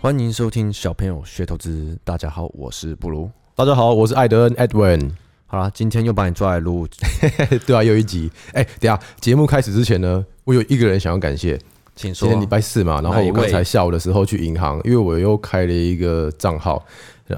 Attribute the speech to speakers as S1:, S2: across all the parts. S1: 欢迎收听小朋友学投资。大家好，我是布鲁。
S2: 大家好，我是艾德恩 Edwin。
S1: 好啦，今天又把你抓来录，
S2: 对啊，又一集。哎、等一下节目开始之前呢，我有一个人想要感谢。
S1: 请说
S2: 今。天礼拜四嘛，然后
S1: 哪一
S2: 我刚
S1: 位
S2: 才下午的时候去银行，因为我又开了一个账号。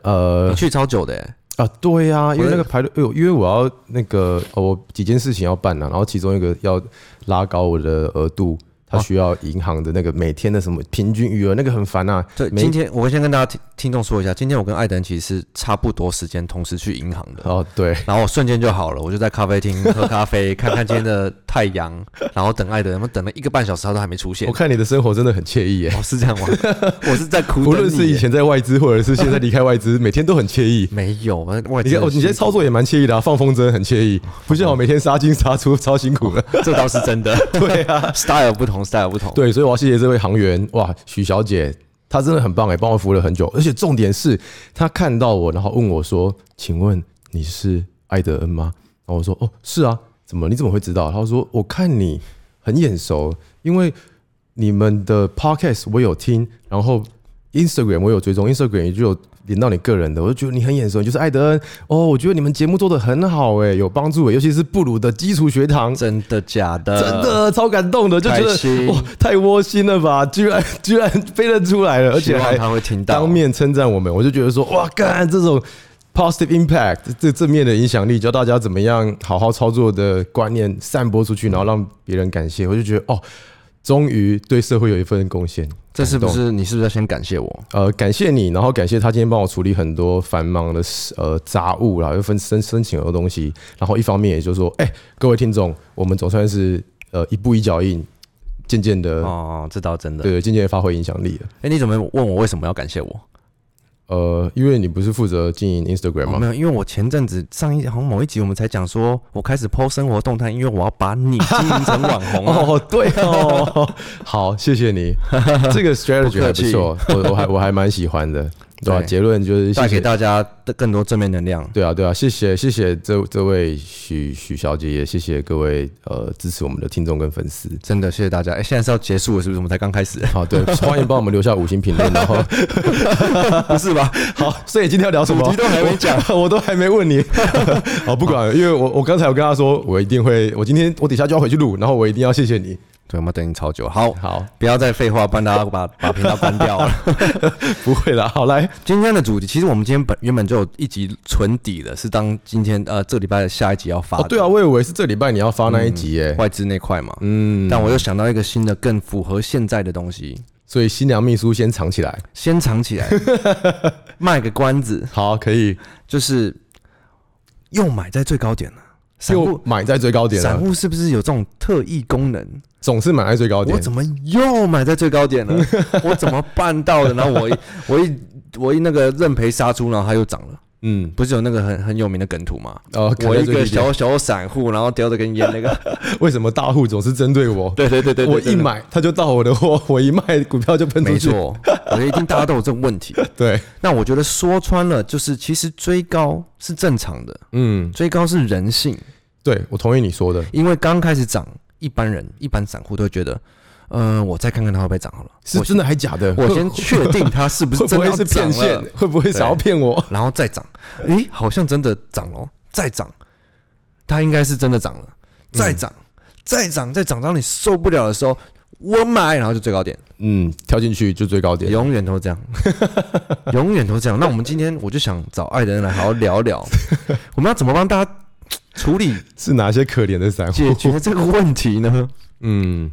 S2: 呃
S1: 你去超久的欸，
S2: 啊，对呀、因为
S1: 我
S2: 那个排队，因为哎我因为我要那个、哦我几件事情要办啊，然后其中一个要拉高我的额度，
S1: 啊
S2: 它需要银行的那个每天的什么平均余额，那个很烦啊。
S1: 对，
S2: 没
S1: 今天我先跟大家听听众说一下，今天我跟艾登其实是差不多时间同时去银行的，
S2: 哦，对，
S1: 然后我瞬间就好了，我就在咖啡厅喝咖啡，看看今天 的太阳，然后等艾登，我们等了一个半小时，他都还没出现
S2: 我。看你的生活真的很惬意耶，
S1: 哦，是这样吗？ 我是在 苦
S2: 无
S1: 等
S2: 论是
S1: 你
S2: 以
S1: 欸。
S2: 前在外资，或者是现在离开 外资，每天都很惬意。
S1: 没有，我我
S2: 你看，哦，你今天操作也蛮惬意的、啊，放风筝很惬意，不像我每天杀进杀出， 超辛苦的。
S1: 这倒是真的。对啊，style 不同，style 不同。
S2: 对，所以我要谢谢这位航员，哇，许小姐，她真的很棒哎、帮我服务了很久，而且重点是她看到我，然后问我说：“请问你是艾德恩吗？”然后我说：“哦，是啊，怎么你怎么会知道？”她说：“我看你很眼熟，因为你们的 podcast 我有听，然后 Instagram 我有追踪，Instagram 也就有连到你个人的，我就觉得你很眼熟，你就是艾德恩哦。我觉得你们节目做的很好哎、有帮助哎、尤其是布鲁的基础学堂，
S1: 真的假的？
S2: 真的超感动的，就觉
S1: 呃开心
S2: 得哇，太窝心了吧！居然 居然飞得出来了，而
S1: 希
S2: 且
S1: 望
S2: 还
S1: 他会听到
S2: 当面称赞我们，我就觉得说哇，干这种 positive impact 这正面的影响力，教大家怎么样好好操作的观念散播出去，然后让别人感谢，我就觉得哦，终于对社会有一份贡献。
S1: 这是不
S2: 感动
S1: 是你是不是要先感谢我？
S2: 呃，感谢你，然后感谢他今天帮我处理很多繁忙的事呃杂物啦，又分申申请很多东西，然后一方面也就是说，哎、各位听众，我们总算是呃一步一脚印，渐渐的，
S1: 哦，这倒真的。
S2: 呃对，渐渐地发挥影响力了。
S1: 哎、你怎么问我为什么要感谢我？
S2: 呃，因为你不是负责经营 Instagram
S1: 哦、
S2: 吗？
S1: 没有，因为我前阵子上一好像某一集我们才讲说，我开始 PO 生活动态，因为我要把你经营成网红、啊。
S2: 哦，对 哦，好，谢谢你，这个 strategy 还不错，我我还我还蛮喜欢的，对吧、
S1: 对
S2: 结论就是谢
S1: 带
S2: 谢
S1: 给大家的更多正面能量。
S2: 对啊，对啊，谢谢谢谢这这位许许小姐，也谢谢各位呃支持我们的听众跟粉丝。
S1: 真的，谢谢大家。哎、现在是要结束了，是不是？我们才刚开
S2: ，
S1: 始
S2: 好，对，欢迎帮我们留下五星评论。然后，
S1: 不是吧？
S2: 好，所以今天要聊什么？
S1: 主题都还没讲
S2: 我，我都还没问 你。好，不管了，因为我我刚才有跟他说，我一定会，我今天我底下就要回去录，然后我一定要谢谢你。
S1: 对，我们等你超久。好，
S2: 好，
S1: 不要再废话，不然大家把把频道关掉了。
S2: 不会啦，好来，
S1: 今天的主题，其实我们今天本原本就有一集存底了，是当今天呃这礼拜的下一集要发的、
S2: 哦，对啊，我以为是这礼拜你要发那一集耶。
S1: 外资那块嘛。
S2: 嗯，
S1: 但我又想到一个新的、更符合现在的东西，
S2: 所以新娘秘书先藏起来。
S1: 先藏起来， 卖个关子，
S2: 好，可以
S1: 就是又买在最高点了。散
S2: 又
S1: 户，
S2: 买在最高点
S1: 散
S2: 了，
S1: 户是不是有这种特异功能？
S2: 总是买在最高点
S1: 我。怎么又买在最高点 了？我怎么办到的？然后我一我一我一那个认赔杀出，然后它又涨了。
S2: 嗯，
S1: 不是有那个很很有名的梗图吗？
S2: 哦，
S1: 我
S2: 砍在
S1: 一
S2: 最
S1: 个
S2: 低点
S1: 小小散户，然后叼着根烟，那 个
S2: 为什么大户总是针对我？
S1: 对对对对，对
S2: 我
S1: 对
S2: 一买他就到我的货， 我一卖股票就喷出
S1: 没
S2: 去。
S1: 错，我觉得一定大家都有这种问题。
S2: 对，
S1: 那我觉得说穿了，就是其实追高是正常的，
S2: 嗯，
S1: 追高是人性，
S2: 对，我同意你说的。
S1: 因为刚开始涨，一般人一般散户都会觉得，嗯、我再看看它会不会涨好了，
S2: 是
S1: 我
S2: 真的还假的？
S1: 我
S2: 会
S1: 先确定它是不是
S2: 会
S1: 真
S2: 不
S1: 的
S2: 会
S1: 要
S2: 是骗
S1: 涨
S2: 线
S1: 了，？
S2: 会不会想要骗我？
S1: 然后再涨，诶，好像真的涨了，再涨，它应该是真的涨了，再涨，再涨，再涨到你受不了的时候，我买，然后就最高点。
S2: 嗯，跳进去就最高点。
S1: 永远都 这样，永远都这样。那我们今天我就想找爱的人来好好聊 聊，我们要怎么帮大家处理
S2: 是哪些可怜的散户？
S1: 解决这个问题 呢？
S2: 嗯，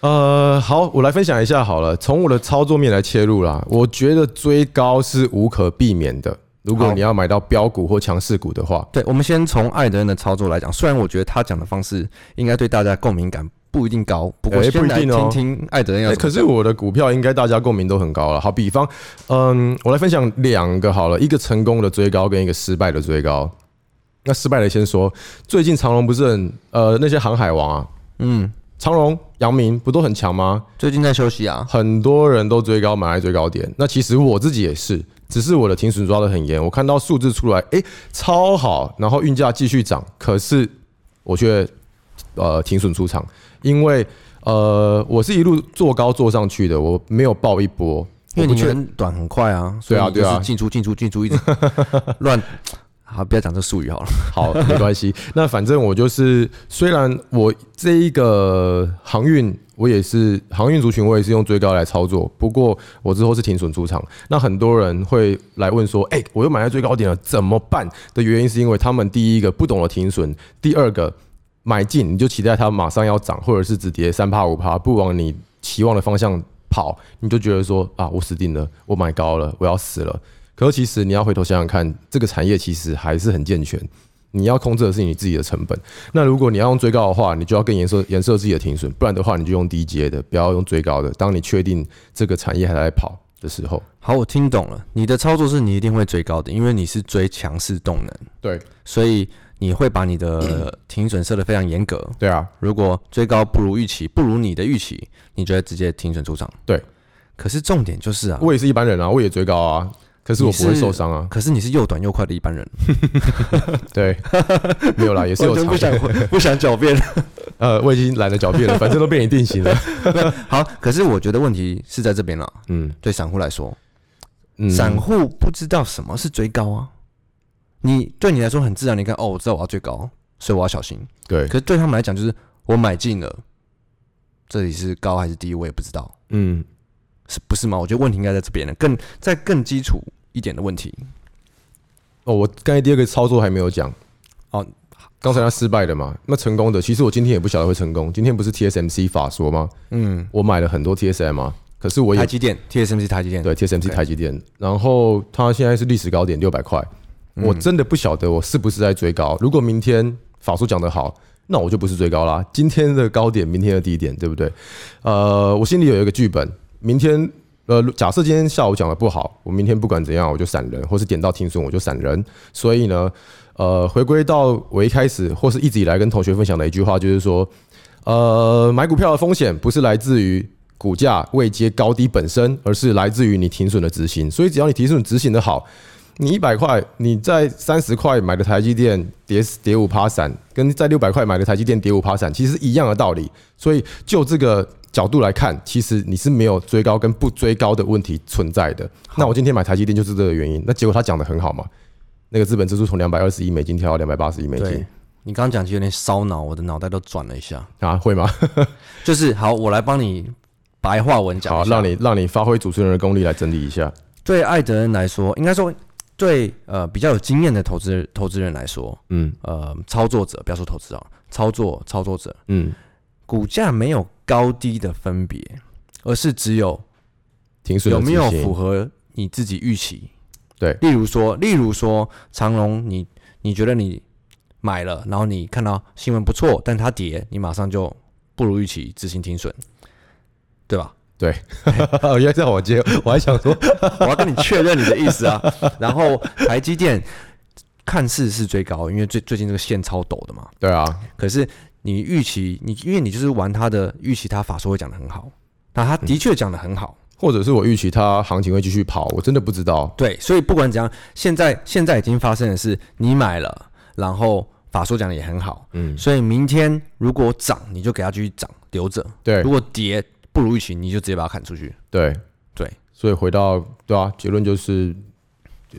S2: 呃，好，我来分享一下好了，从我的操作面来切入啦。我觉得追高是无可避免的。如果
S1: 好
S2: 你要买到标股或强势股的话，
S1: 对，我们先从爱的人的操作来讲。虽然我觉得他讲的方式应该对大家共鸣感不一定高，不过
S2: 哎
S1: 先来
S2: 不一定哦
S1: 听听爱的人要
S2: 欸
S1: 怎么
S2: 可
S1: 讲、
S2: 是我的股票应该大家共鸣都很高了。好，比方，嗯，我来分享两个好了，一个成功的追高跟一个失败的追高。那失败的先说，最近长隆不是很呃那些航海王啊，
S1: 嗯，
S2: 长隆、阳明不都很强吗？
S1: 最近在休息啊，
S2: 很多人都追高买在最高点。那其实我自己也是，只是我的停损抓得很严。我看到数字出来，诶，超好，然后运价继续涨，可是我却呃停损出场，因为呃我是一路做高做上去的，我没有爆一波。
S1: 因为
S2: 我不
S1: 你
S2: 确
S1: 很短很快啊，所以
S2: 对啊
S1: 你就
S2: 对啊
S1: 是进出进出进出 一直乱。好，不要讲这术语好了。
S2: 好，没关系。那反正我就是，虽然我这一个航运，我也是航运族群，我也是用追高来操作。不过我之后是停损出场。那很多人会来问说：“哎、我又买在最高点了，怎么办？”的原因是因为他们第一个不懂得停损，第二个买进你就期待它马上要涨，或者是只跌三趴五趴，不往你期望的方向跑，你就觉得说啊，我死定了，我买高了，我要死了。可是其实你要回头想想看，这个产业其实还是很健全。你要控制的是你自己的成本。那如果你要用追高的话，你就要更颜色颜色自己的停损，不然的话你就用低阶的，不要用追高的。当你确定这个产业还在跑的时候，
S1: 好，我听懂了。你的操作是你一定会追高的，因为你是追强势动能，
S2: 对
S1: 所以你会把你 的停损设得非常严格。
S2: 对啊，
S1: 如果追高不如预期，不如你的预期，你就会直接停损出场。
S2: 对。
S1: 可是重点就是啊，
S2: 我也是一般人啊，我也追高啊，可是我不会受伤啊。
S1: 可是你是又短又快的一般人，
S2: 对， 没有啦，也是
S1: 完
S2: 有
S1: 全
S2: 长
S1: 不想回 不想狡辩。
S2: 呃，我已经懒得狡辩了，反正都被你定型了。
S1: 好，可是我觉得问题是在这边了。
S2: 嗯
S1: 对散户来说，
S2: 嗯，
S1: 散户不知道什么是追高啊。你对你来说很自然，你看哦，我知道我要追高，所以我要小心。
S2: 对，
S1: 可是对他们来讲，就是我买进了，这里是高还是低，我也不知道，
S2: 嗯，
S1: 是不是吗？我觉得问题应该在这边了，更在更基础一点的问题。
S2: 哦，我刚才第二个操作还没有讲。
S1: 哦，
S2: 刚才他失败的嘛，那成功的，其实我今天也不晓得会成功。今天不是 TSMC 法说吗？
S1: 嗯，
S2: 我买了很多 TSM 啊，可是我也
S1: 台积电 TSMC 台积电，
S2: 对 TSMC 台积电，然后它现在是历史高点六百块，我真的不晓得我是不是在追高。如果明天法术讲得好，那我就不是追高啦。今天的高点，明天的低点，对不对？呃，我心里有一个剧本，明天。呃，假设今天下午讲的不好，我明天不管怎样我就闪人，或是点到停损我就闪人。所以呢，呃，回归到我一开始或是一直以来跟同学分享的一句话，就是说，呃，买股票的风险不是来自于股价未接高低本身，而是来自于你停损的执行。所以只要你停损执行的好，你一百块你在三十块买的台积电跌跌五趴散，跟在六百块买的台积电跌五趴散，其实是一样的道理。所以就这个角度来看，其实你是没有追高跟不追高的问题存在的。那我今天买台积电就是这个原因。那结果他讲的很好嘛，那个资本支出从两百二十亿美金跳到两百八十亿美金
S1: 对，你刚刚讲就有点烧脑，我的脑袋都转了一下。
S2: 啊，会吗？
S1: 就是好，我来帮你白话文讲
S2: 好，
S1: 一下。
S2: 让你让你发挥主持人的功力来整理一下。
S1: 对艾德恩来说，应该说对呃比较有经验的投资投资人来说，
S2: 嗯
S1: 呃操作者不要说投资啊，操作操作者
S2: 嗯，
S1: 股价没有高低的分别，而是只有
S2: 停损的
S1: 有没有
S2: 执行
S1: 符合你自己预期。
S2: 对
S1: 例如说，例如说长隆，你你觉得你买了，然后你看到新闻不错，但它跌，你马上就不如预期执行停损，对 吧？
S2: 对，原来在我接，我还想说，
S1: 我要跟你确认你的意思啊。 然后台积电看似是最高，因为最最近这个线超陡的嘛。
S2: 对啊，
S1: 可是你预期你，因为你就是玩它的预期，它法说会讲的很好，那它的确讲的很好。
S2: 或者是我预期它行情会继续跑，我真的不知道。
S1: 对，所以不管怎样，现在现在已经发生的是，你买了，然后法说讲的也很好，
S2: 嗯，
S1: 所以明天如果涨，你就给它继续涨，留着；
S2: 对
S1: 如果跌不如预期，你就直接把它砍出去。
S2: 对，
S1: 对，
S2: 所以回到对啊，结论就是，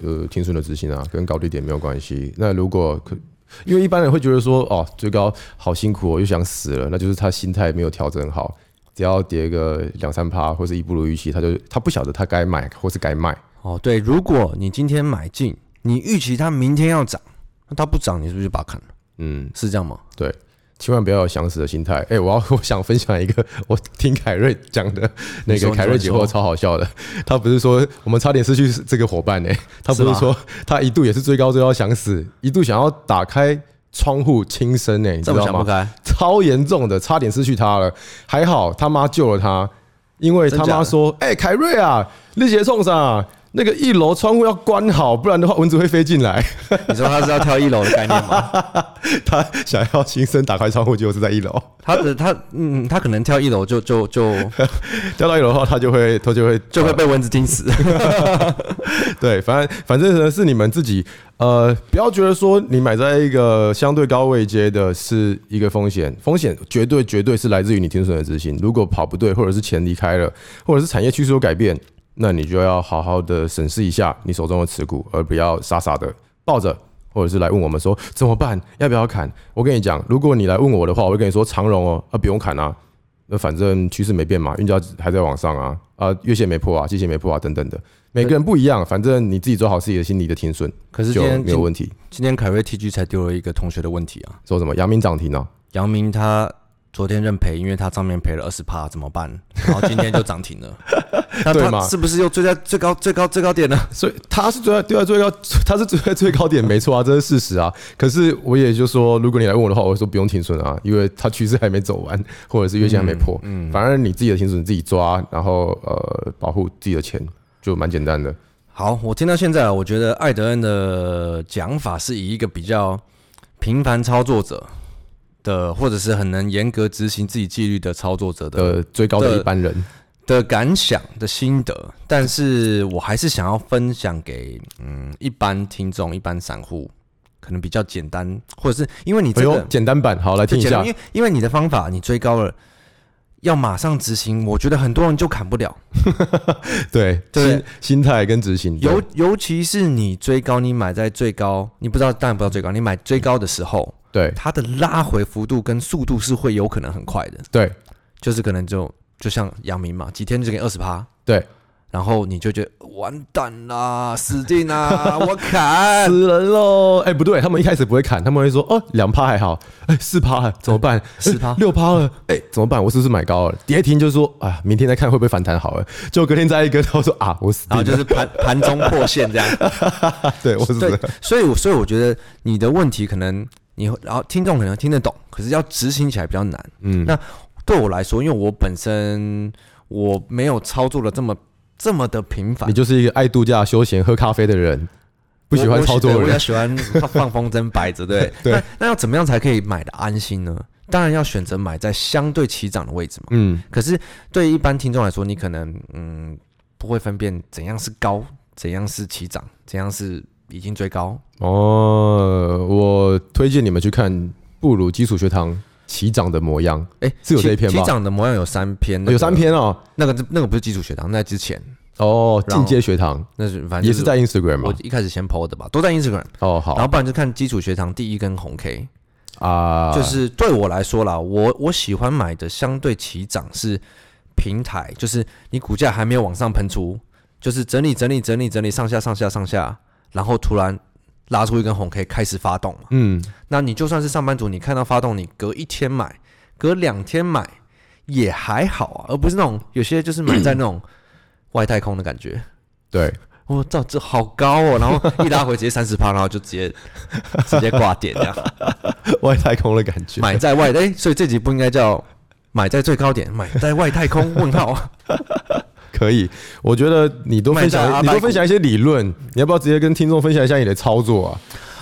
S2: 呃，停损的执行啊，跟高低点没有关系。那如果可，因为一般人会觉得说，哦，追高好辛苦、哦，又想死了，那就是他心态没有调整好，只要跌个两三趴或是一不如预期，他就他不晓得他该买或是该卖。
S1: 哦，对，如果你今天买进，你预期它明天要涨，那它不涨，你是不是就把它砍了？
S2: 嗯，
S1: 是这样吗？
S2: 对，千万不要有想死的心态。哎、我要 我想分享一个，我听凯瑞讲的那
S1: 你
S2: 个
S1: 说
S2: 凯瑞
S1: 你
S2: 解
S1: 说
S2: 惑超好笑的。他不是说我们差点失去这个伙伴呢、他不是
S1: 是
S2: 说他一度也是追高追到想死，一度想要打开窗户轻生呢、你知
S1: 这么
S2: 道
S1: 想不
S2: 吗？
S1: 开，
S2: 超严重的，差点失去他了。还好他妈救了他，因为
S1: 真
S2: 他
S1: 假
S2: 妈
S1: 的
S2: 说：“哎、凯瑞啊，力杰冲上那个一楼窗户要关好，不然的话蚊子会飞进来。”
S1: 你说他是要跳一楼的概念 吗？
S2: 他想要轻生打开窗户，结果是在一楼。
S1: 他的他嗯，他可能跳一楼就就就
S2: 掉到一楼的话，他就会他就会
S1: 就会被蚊子叮 死。
S2: 对，反正反正呢是你们自己，呃，不要觉得说你买在一个相对高位阶的是一个风险，风险绝对绝对是来自于你停损的执行。如果跑不对，或者是钱离开了，或者是产业趋势有改变，那你就要好好的审视一下你手中的持股，而不要傻傻的抱着，或者是来问我们说怎么办，要不要砍？我跟你讲，如果你来问我的话，我会跟你说长荣哦，啊不用砍啊，那反正趋势没变嘛，运价还在往上啊，啊月线没破啊，季线没破啊，等等的，每个人不一样，反正你自己做好自己的心理的停损
S1: 可是
S2: 就
S1: 今天
S2: 没有
S1: 今
S2: 问题。
S1: 今天凯瑞 TG 才丢了一个同学的问题啊，
S2: 说什么阳明涨停哦，
S1: 杨明他昨天认赔，因为他账面赔了二十趴，怎么办？然后今天就涨停 了，那
S2: 对嘛
S1: 他是不是又追在最高最高最高点呢？
S2: 所以他是追在对在最高， 他是追在最高点，没错啊，这是事实啊。可是我也就说，如果你来问我的话，我会说不用停损啊，因为它趋势还没走完， 或者是月线还没破，嗯，反而你自己的停损自己抓，然后呃保护自己的钱就蛮简单的。
S1: 好，我听到现在啊，我觉得艾德恩的讲法是以一个比较平凡操作者的，或者是很能严格执行自己纪律的操作者的
S2: 呃，最高的一般人，
S1: 的感想的心得，但是我还是想要分享给嗯一般听众、一般散户，可能比较简单，或者是因为你
S2: 哎
S1: 这
S2: 呦
S1: 个，
S2: 简单版，好来听一
S1: 简
S2: 下
S1: 单，因，为因为你的方法你追高了，要马上执行，我觉得很多人就砍不了，
S2: 对，
S1: 对
S2: 心心态跟执行，
S1: 尤尤其是你追高，你买在最高，你不知道，当然不知道最高，你买最高的时候，
S2: 对
S1: 它的拉回幅度跟速度是会有可能很快的，
S2: 对
S1: 就是可能就就像阳明嘛，几天就给二十趴，
S2: 对，
S1: 然后你就觉得完蛋啦，死定 啦，我砍。
S2: 死人喽！哎，不对，他们一开始不会砍，他们会说哦，两趴还好，哎，四趴了怎么
S1: 哎
S2: 办？
S1: 4%
S2: 六趴了，哎，怎么办？我是不是买高了？跌停就说啊，明天再看会不会反弹好了。就隔天再一个，他说啊，我死
S1: 然
S2: 定
S1: 后就
S2: 了，
S1: 是盘盘中破线这样，
S2: 对我死
S1: 对
S2: 了，，
S1: 所以我所以我觉得你的问题可能你然后听众可能听得懂，可是要执行起来比较难。
S2: 嗯，
S1: 那对我来说，因为我本身我没有操作的这么这么的频繁
S2: 你，就是一个爱度假、休闲、喝咖啡的人，不喜欢操作
S1: 我
S2: 的
S1: 我对我比较
S2: 人。
S1: 喜欢放 放风筝摆着，对
S2: 对
S1: 那那要怎么样才可以买的安心呢？当然要选择买在相对起涨的位置嘛。
S2: 嗯，
S1: 可是对一般听众来说，你可能嗯不会分辨怎样是高，怎样是起涨，怎样是已经追高。
S2: 哦，我推荐你们去看布鲁基础学堂起涨的模样，
S1: 哎、
S2: 是有这一篇吧
S1: 起起涨的模样有三篇，那个
S2: 有三，篇哦。
S1: 那个那个不是基础学堂，那之前
S2: 哦，
S1: 然后
S2: 进阶学堂
S1: 那是反正
S2: 也
S1: 就是
S2: 在 Instagram
S1: 我
S2: 嘛。
S1: 一开始先 PO 的吧，都在 Instagram，
S2: 哦，
S1: 然后
S2: 好
S1: 不然就看基础学堂第一根红 K，
S2: 啊，
S1: 就是对我来说啦，我我喜欢买的相对起涨是平台，就是你股价还没有往上喷出，就是整理整理整理整理上下上下上下，然后突然拉出一根红 K 开始发动嘛。
S2: 嗯，
S1: 那你就算是上班族，你看到发动，你隔一天买，隔两天买也还好啊，而不是那种有些就是买在那种外太空的感 觉。
S2: 对。
S1: 我操，这好高哦！然后一拉回直接三十趴，然后就直接 直接挂点这样。
S2: 外太空的感觉。
S1: 买在外哎、所以这集不应该叫买在最高点，买在外太空？问号，
S2: 可以，我觉得你多分
S1: 卖在阿
S2: 享，
S1: 拜
S2: 你
S1: 股
S2: 多分享一些理论，你要不要直接跟听众分享一下你的操作啊？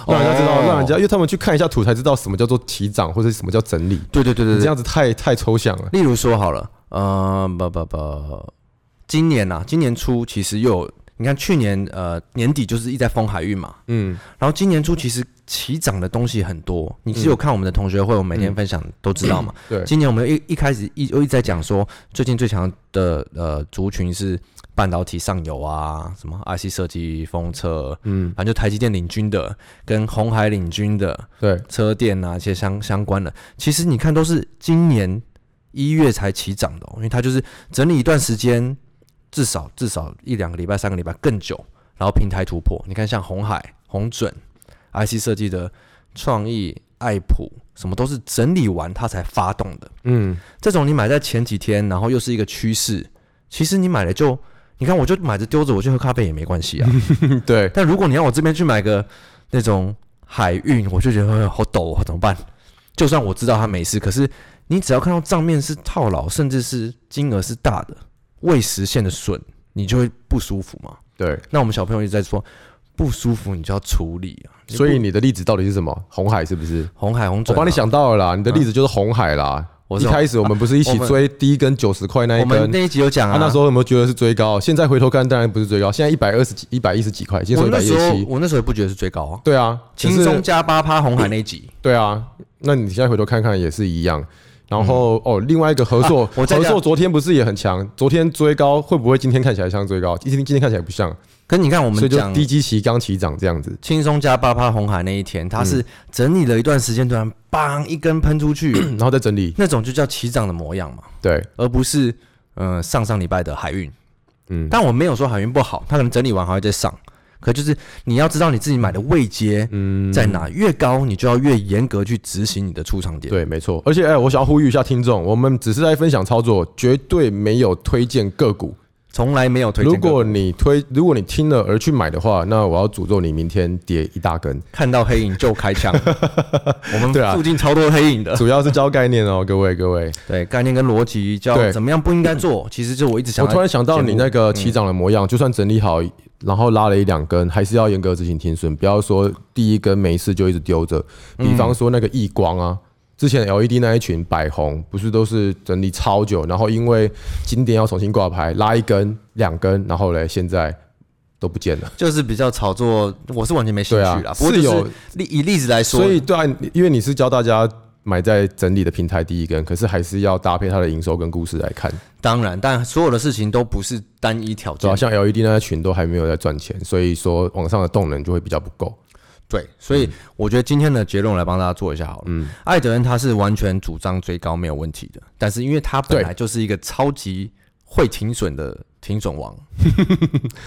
S2: 让人家知道，
S1: 哦
S2: 让人家，因为他们去看一下图才知道什么叫做起涨或者什么叫整理。
S1: 对对对
S2: 你
S1: 对
S2: 这
S1: 对。
S2: 样子太太抽象了。
S1: 例如说好了，呃，不不不，今年啊，今年初其实又有，你看去年呃年底就是一直在封海运嘛，
S2: 嗯，
S1: 然后今年初其实起涨的东西很多，你只有看我们的同学会，我每天分享都知道嘛。
S2: 对，
S1: 今年我们一一开始一又一直在讲说，最近最强的呃族群是半导体上游啊，什么 IC 设计、封测，
S2: 嗯，
S1: 反正就台积电领军的，跟红海领军的
S2: 对，
S1: 车电啊，一些相相关的，其实你看都是今年一月才起涨的、哦，因为它就是整理一段时间，至少至少一两个礼拜、三个礼拜更久，然后平台突破。你看像红海、红准、IC 设计的创意、爱普，什么都是整理完它才发动的。
S2: 嗯，
S1: 这种你买在前几天，然后又是一个趋势，其实你买了就，你看我就买着丢着，我去喝咖啡也没关系啊。
S2: 对，
S1: 但如果你让我这边去买个那种海运，我就觉得、哎好陡啊，怎么办？就算我知道它没事，可是你只要看到账面是套牢，甚至是金额是大的未实现的损，你就会不舒服嘛。
S2: 对。
S1: 那我们小朋友一直在说不舒服，你就要处理啊。你不啊
S2: 所以你的例子到底是什么？红海是不是？
S1: 红海红
S2: 我
S1: 准、
S2: 帮你，想到了啦，你的例子就是红海啦。
S1: 啊我
S2: 一
S1: 是
S2: 开始我们不是一起
S1: 我们
S2: 追第一根九十块那
S1: 我
S2: 一
S1: 们
S2: 根？
S1: 那一集有讲啊，
S2: 他那时候有没有觉得是追高？现在回头看，当然不是追高。现在一百二十几、一百一十几块，今天
S1: 我
S2: 一百
S1: 那
S2: 一
S1: 时
S2: 十
S1: 候
S2: 七。
S1: 我那时候也不觉得是最高啊，
S2: 对啊，只
S1: 轻
S2: 是
S1: 松加八趴红海那一集。
S2: 对啊，那你现在回头看看也是一样。然后、哦，另外一个合作，
S1: 嗯啊我再
S2: 合
S1: 讲
S2: 作昨天不是也很强？昨天追高会不会今天看起来像追高？今天今天看起来不像，
S1: 可是你看我
S2: 所
S1: 们
S2: 以就
S1: 讲
S2: 低基期刚起涨这样子。
S1: 轻松加八趴红海那一天，它是整理了一段时间，突然砰一根喷出 去，
S2: 然后再整理，
S1: 那种就叫起涨的模样嘛，
S2: 对，
S1: 而不是呃上上礼拜的海运。
S2: 嗯
S1: 但我没有说海运不好，它可能整理完还会再上。可就是你要知道你自己买的位阶
S2: 嗯，
S1: 在哪，越高你就要越严格去执行你的出场点。
S2: 对，没错。而且，哎、我想要呼吁一下听众，我们只是在分享操作，绝对没有推荐个股。
S1: 从来没有推荐
S2: 如
S1: 过。
S2: 果你推，如果你听了而去买的话，那我要诅咒你明天跌一大 根。
S1: 看到黑影就开枪， 我们
S2: 对啊
S1: 附近超多黑影的。
S2: 主要是教概念哦，各位各位。
S1: 对，概念跟逻辑教
S2: 对
S1: 怎么样不应该做，其实就我一直想
S2: 我
S1: 要。嗯
S2: 突然想到你那个起涨的模样，就算整理好，然后拉了一两根，还是要严格执行停损，不要说第一根没事就一直丢着。
S1: 嗯
S2: 比方说那个异光啊，之前 LED 那一群百红，不是都是整理超久，然后因为今天要重新挂牌，拉一根两根，然后嘞现在都不见了。
S1: 就是比较炒作，我是完全没兴
S2: 对
S1: 趣
S2: 啊
S1: 啦。，不过
S2: 是
S1: 就是
S2: 有，
S1: 例以例子来说，
S2: 所以对啊，因为你是教大家。买在整理的平台第一根，可是还是要搭配它的营收跟故事来看，
S1: 当然，但所有的事情都不是单一条
S2: 主
S1: 件
S2: 要。啊像 LED 那群都还没有在赚钱，所以说网上的动能就会比较不够。
S1: 对，所
S2: 嗯
S1: 以我觉得今天的结论我来帮大家做一下好了。嗯，艾德恩他是完全主张追高没有问题的，但是因为他本
S2: 对
S1: 来就是一个超级会停损的停损王，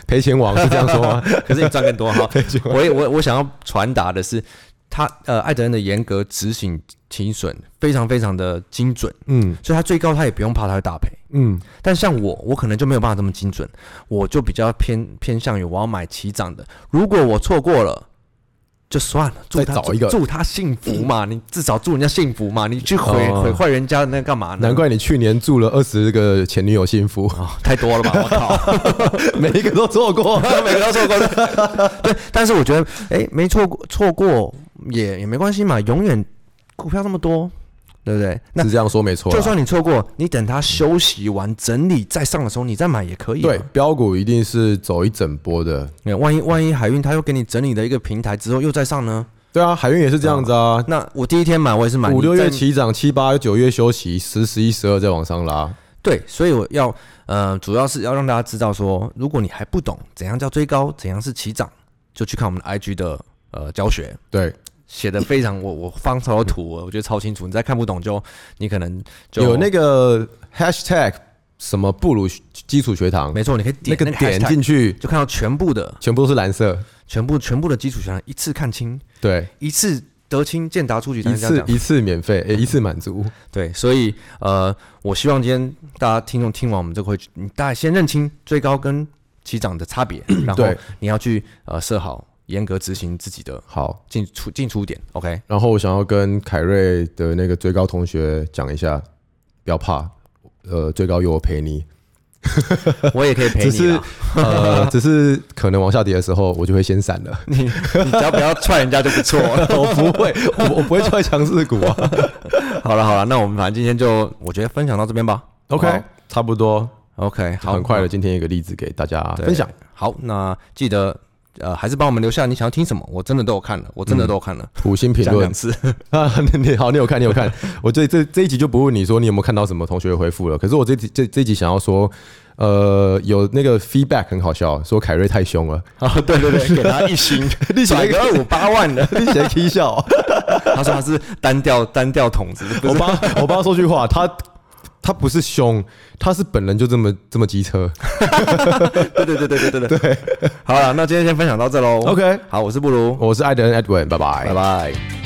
S2: 赔钱王是这样说吗？
S1: 可是你赚更多哈。 我也我我想要传达的是，他呃艾德恩的严格执行停损非常非常的精准，
S2: 嗯
S1: 所以他最高他也不用怕他会大赔。
S2: 嗯，
S1: 但像我，我可能就没有办法这么精准，我就比较偏偏向于我要买起涨的。如果我错过了，就算了，祝
S2: 再
S1: 他
S2: 找一个嗯
S1: 祝他幸福嘛，你至少祝人家幸福嘛，你去毁
S2: 哦
S1: 毁坏人家那干嘛呢？
S2: 难怪你去年祝了二十个前女友幸福，
S1: 哦太多了吧，我靠，
S2: 每一个都错过。
S1: 每个都错过了。对，但是我觉得，哎、没错过，错过也也没关系嘛，永远股票那么多，对不对？那
S2: 是这样说没错啦，
S1: 就算你错过，你等它休息完、整理再上的时候，你再买也可以、啊。
S2: 对标股一定是走一整波的。
S1: 对，万一万一海运它又给你整理了一个平台之后又再上呢？
S2: 对啊，海运也是这样子啊，
S1: 那我第一天买我也是买
S2: 五
S1: 你
S2: 六
S1: 在
S2: 月起涨，七八九月休息，十十一十二再往上拉。
S1: 对，所以我要呃主要是要让大家知道说，如果你还不懂怎样叫追高，怎样是起涨，就去看我们的 IG 的呃教学。
S2: 对，
S1: 写的非常，我我放超多图，我觉得超清楚。你再看不懂就，你可能就
S2: 有那个 hashtag 什么布鲁基础学堂，
S1: 没错，你可以点
S2: 那个
S1: 那
S2: 点
S1: hashtag，
S2: 进去，
S1: 就看到全部的、
S2: 全部都是蓝色。
S1: 全部、全部的基础学堂一次看清，
S2: 对，
S1: 一次得清，见达出局。
S2: 一次一次免费，诶一次满足。
S1: 对，所以呃，我希望今天大家听众听完我们这个会去，你大家先认清最高跟起涨的差别， 然后
S2: 对
S1: 你要去呃设好严格执行自己的
S2: 好，
S1: 进出进出点。OK，
S2: 然后我想要跟凯瑞的那个最高同学讲一下，不要怕，呃，最高有我陪 你。
S1: 我也可以陪
S2: 只
S1: 你
S2: 是
S1: 啦，
S2: 呃，只是可能往下跌的时候，我就会先闪了。
S1: 你你只要不要踹人家就不 错了。
S2: 我不会，我我不会踹强势股啊。
S1: 好了好了，那我们反正今天就我觉得分享到这边吧。
S2: OK，差不多，
S1: OK，好，
S2: 很快的，今天一个例子给大家
S1: 对
S2: 分享。。
S1: 好，那记得。呃，还是帮我们留下你想要听什么，我真的都有看了，我真的都有看了，
S2: 五星嗯评
S1: 讲两
S2: 论
S1: 次。
S2: 啊， 你好，你有看，你有看。 我这这这一集就不问你说你有没有看到什么同学回复了。可是我这集这这一集想要说，呃，有那个 feedback 很好笑，说凯瑞太凶了，
S1: 啊，对对对，给他一星，
S2: 你想
S1: 甩个二五八万的，
S2: 你 谁 k 笑啊？
S1: 他说他是单调单调筒 子，不
S2: 我
S1: 是
S2: 帮我帮他说句话，他他不是凶，他是本人就这么这么机车。
S1: 对对对对对对对。好了，那今天先分享到这喽。
S2: OK
S1: 好，我是布鲁，
S2: 我是艾德恩 Edwin，拜拜，
S1: 拜。拜。